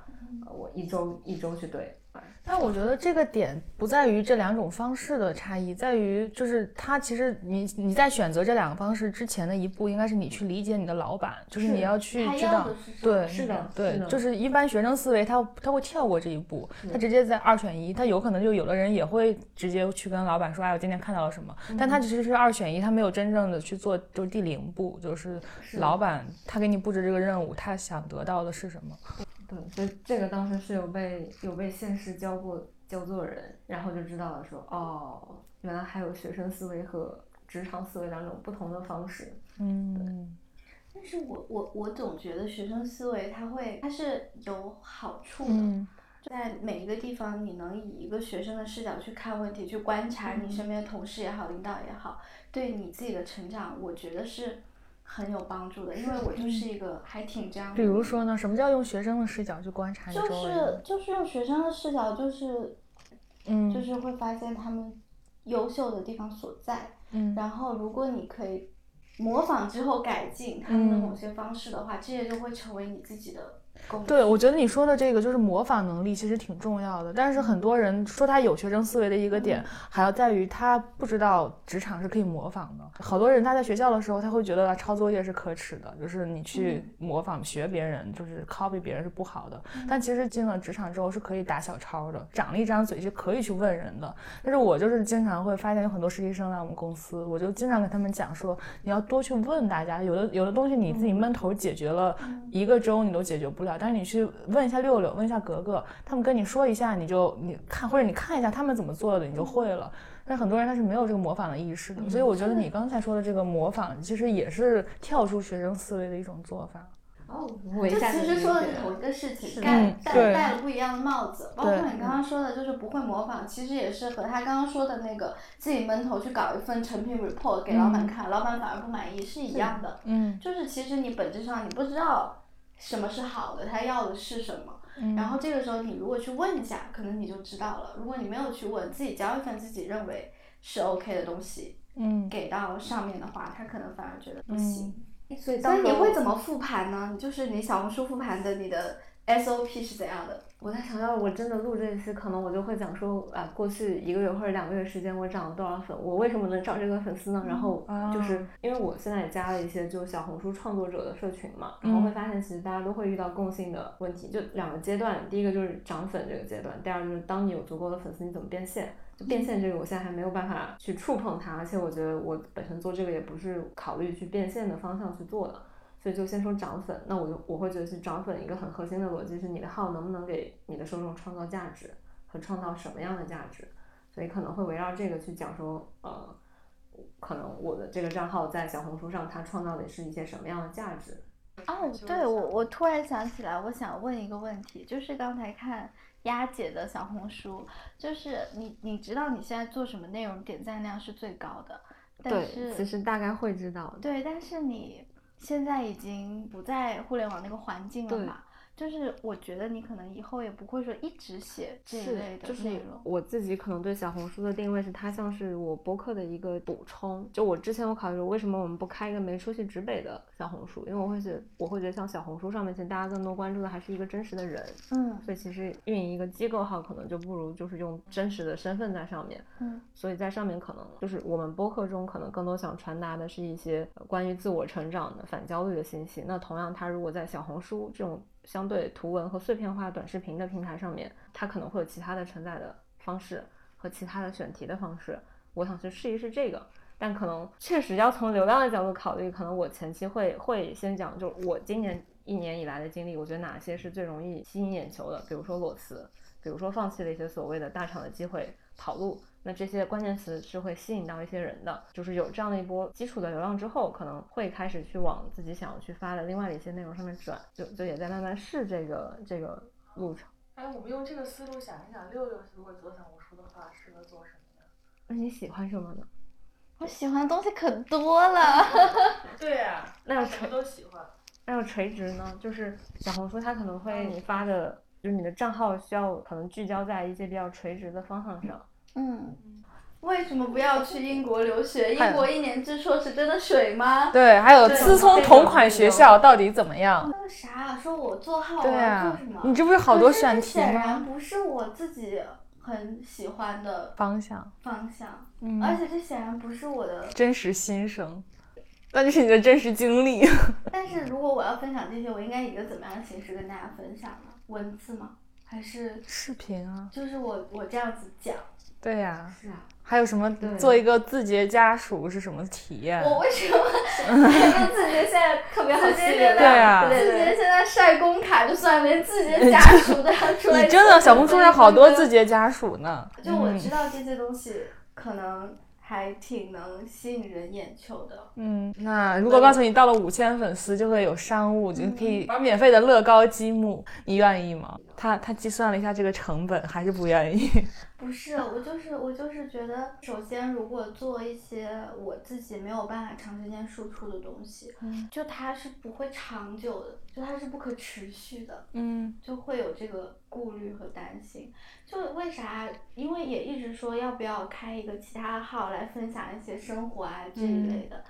S3: 呃，我一周一周去对。啊
S1: 但我觉得这个点不在于这两种方式的差异，在于就是他其实你你在选择这两个方式之前的一步，应该是你去理解你的老板，就是
S3: 是
S1: 你要去
S2: 他
S1: 知
S2: 要
S1: 道
S2: 的。是什么？
S1: 对，
S3: 是的
S1: 对
S3: 是，的
S1: 就是一般学生思维他，他会跳过这一步，
S3: 嗯
S1: 他直接在二选一，他有可能就有的人也会直接去跟老板说，哎，我今天看到了什么，
S3: 嗯
S1: 但他其实是二选一，他没有真正的去做，就是第零步，就是
S3: 是嗯
S1: 老板他给你布置这个任务，他想得到的是什么？
S3: 对，所以这个当时是有被有被现实教过教做人，然后就知道了说哦，原来还有学生思维和职场思维两种不同的方式。
S1: 嗯，
S2: 但是我我我总觉得学生思维它会它是有好处的，
S1: 嗯，
S2: 在每一个地方，你能以一个学生的视角去看问题，去观察你
S1: 嗯
S2: 身边的同事也好，领导也好，对你自己的成长，我觉得是很有帮助的。因为我就是一个还挺这样的
S1: 嗯比
S2: 人，
S1: 如说呢，什么叫用学生的视角去观察你
S2: 就
S1: 周围
S2: 是
S1: 人？
S2: 就是用学生的视角，就是
S1: 嗯，
S2: 就是会发现他们优秀的地方所在。
S1: 嗯，
S2: 然后，如果你可以模仿之后改进他们的
S1: 嗯
S2: 某些方式的话，这些就会成为你自己的工具。
S1: 对，我觉得你说的这个就是模仿能力其实挺重要的，但是很多人说他有学生思维的一个
S2: 嗯
S1: 点，还要在于他不知道职场是可以模仿的。好多人他在学校的时候，他会觉得啊抄作业是可耻的，就是你去
S2: 嗯
S1: 模仿学别人，就是 copy 别人是不好的。但其实进了职场之后是可以打小抄的，长了一张嘴是可以去问人的。但是我就是经常会发现有很多实习生来我们公司，我就经常跟他们讲说，你要多去问大家，有的有的东西你自己闷头解决了一个周你都解决不了，但是你去问一下六六，问一下格格，他们跟你说一下，你就你看或者你看一下他们怎么做的，你就会了。但是很多人他是没有这个模仿的意识嗯的，所以我觉得你刚才说的这个模仿，其实也是跳出学生思维的一种做法。
S3: 哦，我一
S2: 就
S3: 下子
S2: 其实
S3: 理
S2: 说的
S3: 解
S2: 是
S3: 了
S2: 同一个事情，
S3: 是
S2: 戴
S1: 嗯
S2: 戴
S1: 对
S2: 戴了不一样的帽子。包括
S1: 对
S2: 你刚刚说的，就是不会模仿，其实也是和他刚刚说的那个自己闷头去搞一份成品 report 给老板看，老板反而不满意是一样的。
S1: 嗯
S2: 就是其实你本质上你不知道什么是好的，他要的是什么。
S1: 嗯
S2: 然后这个时候你如果去问一下，可能你就知道了。如果你没有去问，自己交一份自己认为是 OK 的东西
S1: 嗯，
S2: 给到上面的话，他可能反而觉得不行。
S3: 所以
S2: 所
S3: 当
S2: 以
S3: 时
S2: 你
S3: 我
S2: 会怎么复盘呢？你就是你小红书复盘的你的 SOP 是怎样的？
S3: 我在想，要是我真的录这一期，可能我就会讲说，啊，过去一个月或者两个月时间，我涨了多少粉，我为什么能涨这个粉丝呢？然后就是、
S1: 啊
S3: 因为我现在也加了一些就小红书创作者的社群嘛，然后会发现其实大家都会遇到共性的问题，就两个阶段，第一个就是涨粉这个阶段，第二就是当你有足够的粉丝，你怎么变现？就变现这个，我现在还没有办法去触碰它，而且我觉得我本身做这个也不是考虑去变现的方向去做的。所以就先说涨粉，那我就我会觉得是涨粉一个很核心的逻辑是你的号能不能给你的受众创造价值和创造什么样的价值，所以可能会围绕这个去讲说，呃，可能我的这个账号在小红书上它创造的是一些什么样的价值。
S2: 哦，对我，我突然想起来，我想问一个问题，就是刚才看丫姐的小红书，就是你你知道你现在做什么内容点赞量是最高的，但是
S3: 其实大概会知道的。
S2: 对，但是你现在已经不在互联网那个环境了
S3: 对
S2: 嘛？就是我觉得你可能以后也不会说一直写这一
S3: 是
S2: 类，的
S3: 就是
S2: 内容。
S3: 我自己可能对小红书的定位是它像是我博客的一个补充。就我之前我考虑过，为什么我们不开一个没出去直北的小红书？因为我会觉得我会觉得像小红书上面，其实大家更多关注的还是一个真实的人，
S2: 嗯
S3: 所以其实运营一个机构号可能就不如就是用真实的身份在上面。
S2: 嗯
S3: 所以在上面可能就是我们播客中可能更多想传达的是一些呃关于自我成长的反焦虑的信息。那同样，它如果在小红书这种相对图文和碎片化短视频的平台上面，它可能会有其他的承载的方式和其他的选题的方式。我想去试一试这个，但可能确实要从流量的角度考虑，可能我前期会会先讲，就是我今年一年以来的经历，我觉得哪些是最容易吸引眼球的，比如说裸辞，比如说放弃了一些所谓的大厂的机会跑路，那这些关键词是会吸引到一些人的，就是有这样的一波基础的流量之后，可能会开始去往自己想要去发的另外的一些内容上面转，就就也在慢慢试这个这个路程。
S4: 哎，我们用这个思路想一想，六六如果做小红书的话，适合做什么呢？
S3: 那你喜欢什么呢？
S2: 我喜欢的东西可多了。
S4: 对呀、
S3: 那要
S4: 什么都喜欢。
S3: 还有垂直呢，就是小红书它可能会你发的，就是你的账号需要可能聚焦在一些比较垂直的方向上。
S2: 嗯，为什么不要去英国留学？
S1: 还有
S2: 英国一年制硕士真的水吗？
S1: 对，还有
S4: 对
S1: 思聪同款学校到底怎么样？
S2: 那个啥，说我做号
S1: 对
S2: 我要做
S1: 啊
S2: 什么？，
S1: 你这不是好多
S2: 可是这
S1: 选题
S2: 显
S1: 吗？
S2: 然不是我自己很喜欢的
S1: 方向，
S2: 方向，
S1: 嗯
S2: 而且这显然不是我的。
S1: 真实心声，那就是你的真实经历。
S2: 但是如果我要分享这些，我应该以一个怎么样的形式跟大家分享呢？文字吗？还是
S1: 视频啊，
S2: 就是我我这样子讲？
S1: 对呀、
S3: 是啊，
S1: 还有什么
S3: 对
S1: 做一个字节家属是什么体验？
S2: 我为什么感觉自己现在
S3: 特别好
S2: 嗯自己
S3: 吸引
S2: 觉
S3: 人
S2: 得
S3: 的，
S1: 对啊
S3: 对
S2: 自
S3: 对
S2: 己现在晒工卡就算，连自己的家属都要出来。
S1: 你真的小红书上好多字
S2: 己。
S1: 节家属呢。
S2: 就我
S1: 嗯
S2: 知道这些东西可能还挺能吸引人眼球的。
S1: 嗯，那如果告诉你到了五千粉丝就会有商务，就可
S3: 嗯
S1: 以玩免费的乐高积木，你愿意吗？他他计算了一下这个成本，还是不愿意。
S2: 不是，我就是我就是觉得，首先如果做一些我自己没有办法长时间输出的东西，就它是不会长久的，就它是不可持续的。
S1: 嗯
S2: 就会有这个顾虑和担心。就为啥？因为也一直说要不要开一个其他号来分享一些生活啊这一
S1: 嗯
S2: 类的。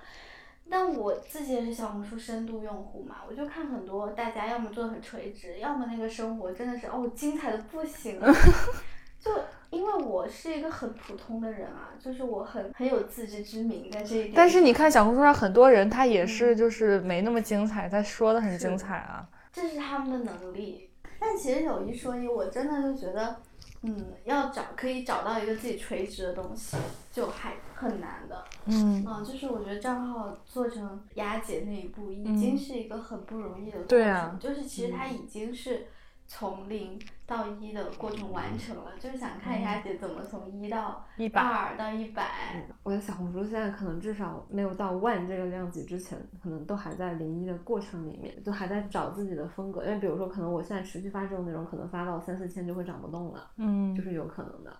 S2: 但我自己也是小红书深度用户嘛，我就看很多大家要么做的很垂直，要么那个生活真的是哦精彩的不 行了就因为我是一个很普通的人啊，就是我很很有自知之明在这一点。
S1: 但是你，看小红书上很多人，他
S3: 嗯
S1: 也是就是没那么精彩，他说的很精彩啊。
S2: 这是他们的能力。但其实有一说一，我真的就觉得，嗯，要找可以找到一个自己垂直的东西，就还很难的。
S1: 嗯，
S2: 嗯，就是我觉得账号做成雅姐那一步，已
S1: 嗯
S2: 经是一个很不容易的过程。
S1: 对啊
S2: 就是其实它已经是从零到一的过程完成了，就是想看雅姐怎么从嗯一嗯到
S1: 一
S3: 啊
S1: 百，
S2: 二到一百。
S3: 我的小红书现在可能至少没有到万这个量级之前，可能都还在零一的过程里面，就还在找自己的风格。因为比如说，可能我现在持续发这种内容，可能发到三四千就会涨不动了，
S1: 嗯
S3: 就，是有可能的，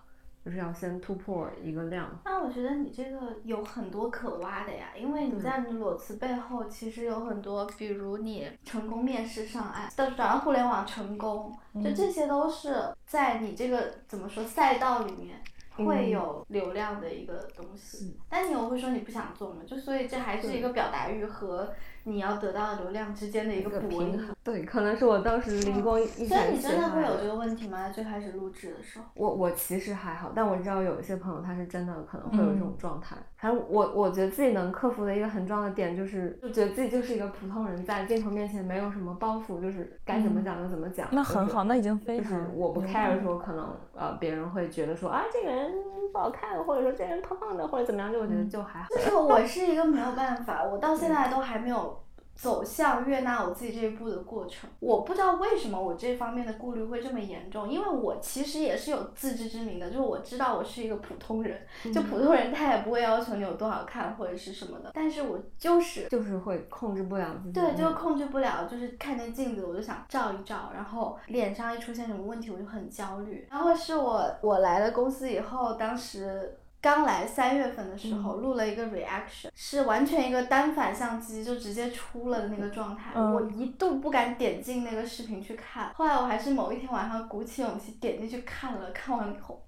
S3: 就是要先突破一个量。
S2: 那我觉得你这个有很多可挖的呀，因为你
S3: 对
S2: 在你裸辞背后，其实有很多，比如你成功面试上岸，到转到互联网成功，
S3: 嗯
S2: 就这些都是在你这个怎么说赛道里面会
S3: 嗯
S2: 有流量的一个东西。
S3: 是
S2: 但你又会说你不想做嘛，就所以这还是
S3: 对
S2: 一个表达欲和你要得到的流量之间的一
S3: 一
S2: 个
S3: 个
S2: 博弈
S3: 平。衡，对，可能是我当时灵光一
S2: 所以
S3: 闪
S2: 你
S3: 起
S2: 真的
S3: 来
S2: 会有
S3: 的
S2: 这个问题吗？最开始录制的时候，
S3: 我我其实还好，但我知道有一些朋友他是真的可能会有这种
S1: 嗯
S3: 状态。反正我我觉得自己能克服的一个很重要的点就是，就觉得自己就是一个普通人，在镜头面前没有什么包袱，就是该怎么讲就怎么讲。
S1: 那
S3: 就
S1: 很
S3: 是
S1: 好，。那已经非
S3: 就是
S1: 常
S3: 我不
S1: 牛掰
S3: care 说可能呃别人会觉得说啊这个人不好看，或者说这个人胖胖的，或者怎么样，就我觉得就还好。
S2: 就是我是一个没有办法，我到现在都还没有走向悦纳我自己这一步的过程。我不知道为什么我这方面的顾虑会这么严重，因为我其实也是有自知之明的，就是我知道我是一个普通人，就普通人他也不会要求你有多好看或者是什么的，但是我就是。
S3: 就是会控制不了自己的那
S2: 对，
S3: 种。
S2: 就控制不了，就是看见镜子我就想照一照，然后脸上一出现什么问题我就很焦虑。然后是我我来了公司以后，当时刚来三月份的时候、录了一个 reaction，是完全一个单反相机就直接出了的那个状态，
S1: 嗯
S2: 我一度不敢点进那个视频去看，后来我还是某一天晚上鼓起勇气点进去看了，看完了以后。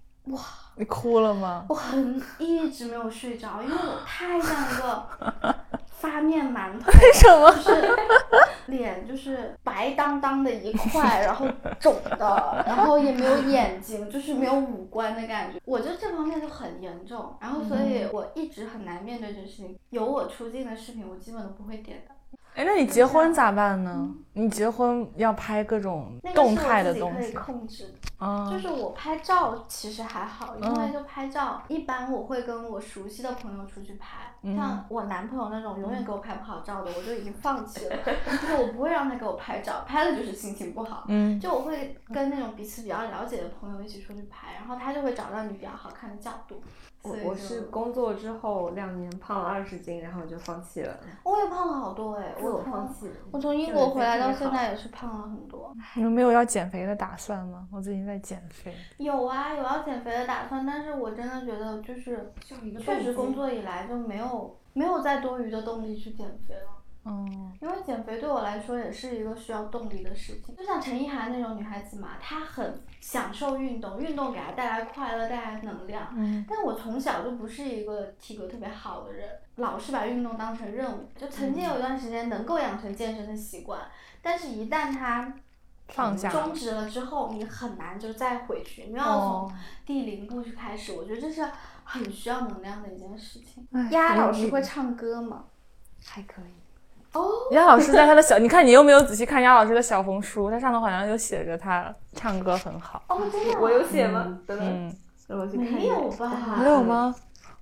S1: 你哭了吗？
S2: 我很一直没有睡着，因为我太像 一个发面馒头了，
S1: 为什么
S2: 就是脸就是白当当的一块，然后肿 的，然后也没有眼睛，就是没有五官的感觉。我就这方面就很严重，然后所以
S1: 嗯
S2: 我一直很难面对这事情。有我出镜的视频，我基本都不会点的。
S1: 哎，那你结婚咋办呢？你结婚要拍各种
S2: 啊嗯那个
S1: 动
S2: 是
S1: 态
S2: 我
S1: 的
S2: 自己
S1: 东
S2: 可以
S1: 西
S2: 控制的。
S1: 啊
S2: 就，是我拍照其实还好，因为
S1: 嗯
S2: 就拍照，一般我会跟我熟悉的朋友出去拍，
S1: 嗯
S2: 像我男朋友那种永远给我拍不好照的，我就已经放弃 了，就是我不会让他给我拍照，拍了就是心情不好。
S1: 嗯，
S2: 就我会跟那种彼此比较了解的朋友一起出去拍，然后他就会找到你比较好看的角度。
S3: 我
S2: 所以
S3: 我
S2: 就是
S3: 工作之后两年胖了二十斤，然后我就放弃了，
S2: 我也胖了好多哎、
S3: 自我
S2: 从
S3: 放弃。
S2: 我从英
S3: 这
S2: 国
S3: 个
S2: 回
S3: 也
S2: 来
S3: 非常
S2: 到现
S3: 好
S2: 在也是胖了很多。
S1: 你们没有要减肥的打算吗？我最近在减肥。
S2: 有啊，有要减肥的打算，但是我真的觉得就是
S3: 就一个
S2: 确
S3: 动机
S2: 实工作以来就没有没有再多余的动力去减肥了，
S1: 嗯
S2: 因为减肥对我来说也是一个需要动力的事情。就像陈意涵那种女孩子嘛，她很享受运动，运动给她带来快乐，带来能量。
S1: 嗯
S2: 但我从小就不是一个体格特别好的人，老是把运动当成任务。就曾经有一段时间能够养成健身的习惯，但是一旦它
S1: 放下
S2: 终止了之后，你很难就再回去。你要
S1: 哦
S2: 从第零步去开始，我觉得这是很需要能量的一件事情。丫老师会唱歌吗？
S3: 还可以。
S2: 哦，
S1: 鸭老师在他的小， 你看你有没有仔细看鸭老师的小红书？他上头好像有写着他唱歌很好。
S2: 哦，真的啊，
S3: 我有写吗？等等。
S1: 嗯，
S3: 如果去看
S2: 没有
S3: 的
S2: 吧？
S3: 话
S1: 没有？吗？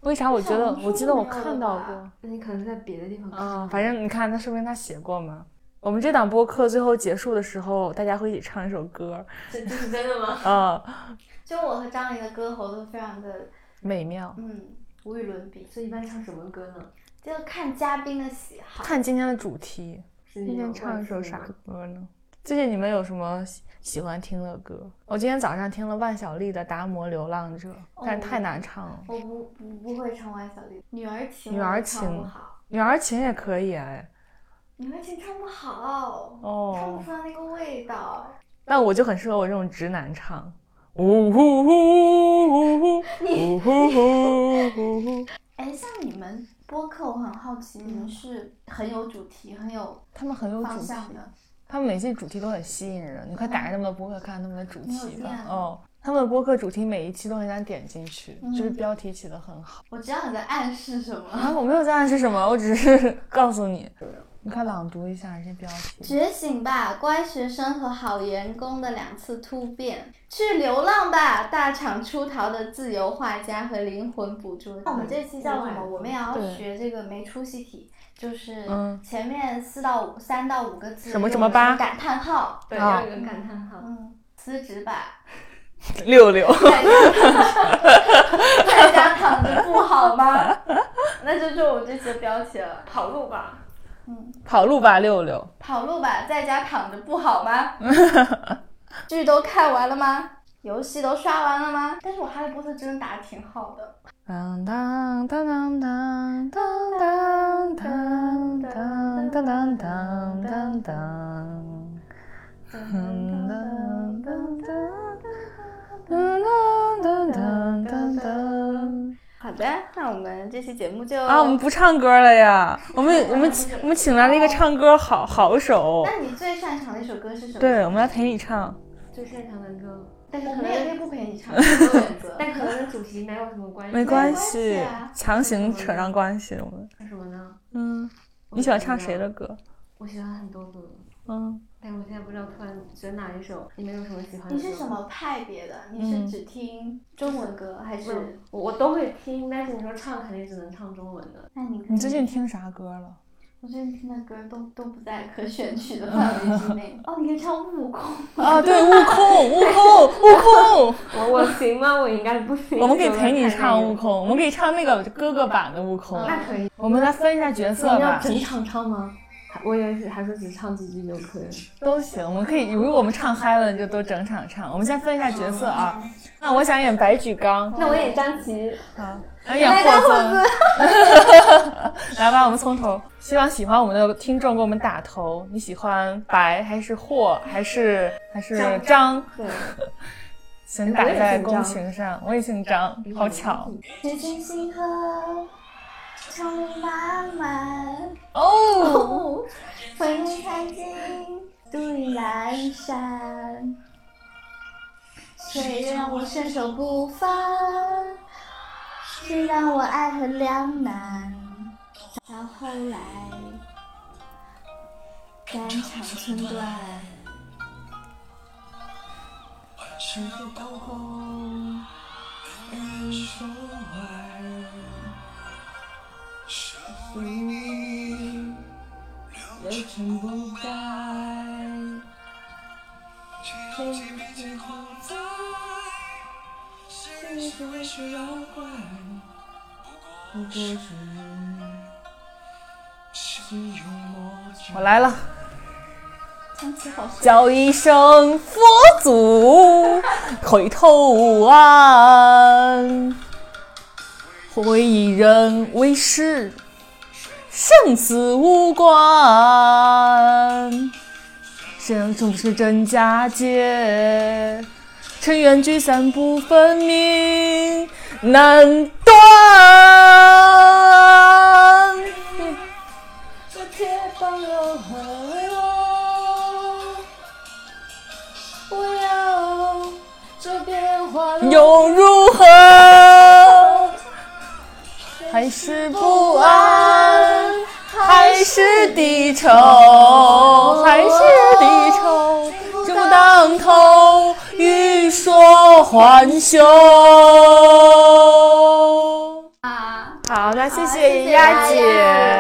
S1: 为啥我觉得
S2: 小红？书
S1: 我记得我
S2: 没有了
S1: 看到
S2: 吧
S1: 过。
S3: 那你可能是在别的地方看。
S1: 啊，反正你看，那说明他写过嘛。我们这档播客最后结束的时候，大家会一起唱一首歌，
S2: 这这是真的吗？
S1: 啊，
S2: 就我和张琳的歌喉都非常的，
S1: 美妙。
S2: 嗯，无与伦比。
S3: 所以一般唱什么歌呢？
S2: 就看嘉宾的喜好。
S1: 看今天的主题，
S3: 是那
S1: 今天
S3: 种
S1: 唱
S3: 万
S1: 一首
S3: 斯
S1: 啥
S3: 吗
S1: 歌呢？最近你们有什么喜喜欢听的歌？我今天早上听了万晓利的《达摩流浪者》，但是太难唱了。
S2: 我不不不会唱万晓利，《女儿情》
S1: 女
S2: 我
S1: 儿
S2: 也唱不
S1: 情
S2: 好，
S1: 女儿情也可以哎，
S2: 《女儿情》唱不好，唱
S1: 哦
S2: 不，出来那个味道。
S1: 但我就很适合我这种直男唱。呜呼呼呼呼 呼呼呼呼呼。
S2: 哎，像你们播客，我很好奇，你们是很有主题、很有
S1: 他们嗯很有
S2: 方
S1: 主题。
S2: 向的。
S1: 他们每期主题都很吸引人，你快打开他们的播客看他们的主
S2: 没有
S1: 题
S2: 见
S1: 吧。
S2: 过
S1: 哦，他们的播客主题每一期都很想点进去，
S2: 嗯
S1: 就是标题起得很好。
S2: 我知道你在暗示什么。
S1: 啊，我没有在暗示什么，我只是 告诉你，你快朗读一下这些标题。
S2: 觉醒吧，乖学生和好员工的两次突变；去流浪吧，大厂出逃的自由画家和灵魂捕捉。
S1: 哦
S2: 那我们这期叫什么？我们也要
S1: 对
S2: 学这个没出息题，就是
S1: 嗯
S2: 前面四到五、三到五个字，
S1: 什么什么吧
S2: 感叹号。
S3: 对，
S1: 啊
S3: 要有一个感叹号。
S2: 嗯，辞职吧，
S1: 六六，
S2: 在家躺着不好吗？那就是我们这期的标题了。
S4: 跑路吧，
S1: 跑路吧，六六。
S2: 跑路吧，在家躺着不好吗？ 剧都看完了吗？游戏都刷完了吗？但是我哈利波特真的打的挺好的，
S1: 当当当当当当当当当当当当当当。噔噔噔噔噔噔噔噔。
S2: 好的，那我们这期节目就
S1: 啊，我们不唱歌了呀！我们我们我们请来了一个唱歌好好手，
S2: 哦那你最擅长的一首歌是什么？
S1: 对，我们来陪你唱。
S3: 最擅长的歌，
S2: 但是
S3: 我
S2: 可
S3: 们
S2: 能
S3: 也可以
S2: 也可以不陪你唱，选择。
S3: 但可能跟主题没有什么关系。
S1: 没关
S2: 没
S1: 系
S2: 关系啊，
S1: 强行扯上关系。我们，
S3: 唱什么呢？
S1: 嗯，
S3: 我
S1: 你喜欢
S3: 觉
S1: 唱
S3: 得
S1: 谁的？歌？
S3: 我喜欢很多歌，
S1: 嗯，
S3: 但是我现在不知道突然觉得哪一首。你们有什么喜欢的？
S2: 你是什？么派别的？你是
S1: 嗯
S2: 只听中文歌还
S3: 不是
S2: 是？，
S3: 我我都会听，但是你说唱肯定只能唱中文的。
S2: 那你可以
S1: 你最近听啥歌了？
S2: 我最近听的歌都都不在可选取的范围之内。哦，你可以唱《悟空》
S1: 啊，对，悟空，悟空， 悟空，
S3: 我我行吗？我应该不行。
S1: 我们可以
S3: 这首歌
S1: 陪你嗯
S3: 太
S1: 唱
S3: 难
S1: 悟
S3: 了。
S1: 空，我们可以唱那个哥哥版的悟空。
S3: 那可以。
S1: 我们来分一下角色
S3: 你要
S1: 吧，
S3: 整场唱吗？还我以为是还说只唱几句就可以。
S1: 都行。我们可以，如果我们唱嗨了，就都整场唱。我们先分一下角色啊。那我想演白举纲，
S3: 那我演张琪。
S1: 来演啊霍尊。 来吧，我们从头。希望喜欢我们的听众给我们打头，你喜欢白还是霍还是还是张？
S3: 对。
S1: 请打在公屏上。我也姓张，好巧。
S2: 水晶星河，长路漫漫，
S1: 哦，
S2: 回眸看尽独倚阑珊。谁让我身手不凡？谁让我爱恨两难？到后来，肝肠寸断。尘世当空，人生
S5: 流程不改，谁是后代？谁是为谁妖怪？不过是心有魔障。
S1: 我来了。
S2: 唱起好声。
S1: 叫一声佛祖，回头岸。回以人为师，生死无关。人总是真假界，尘缘聚散不分明，难断。
S5: 这铁板要害我，不要这变化的
S1: 又如何？还是不安，还是低愁，还是低愁，正当头欲说环球。
S2: 啊。
S1: 好的，谢
S2: 好
S1: 谢
S2: 谢
S1: 丫
S2: 谢
S1: 姐。
S2: 丫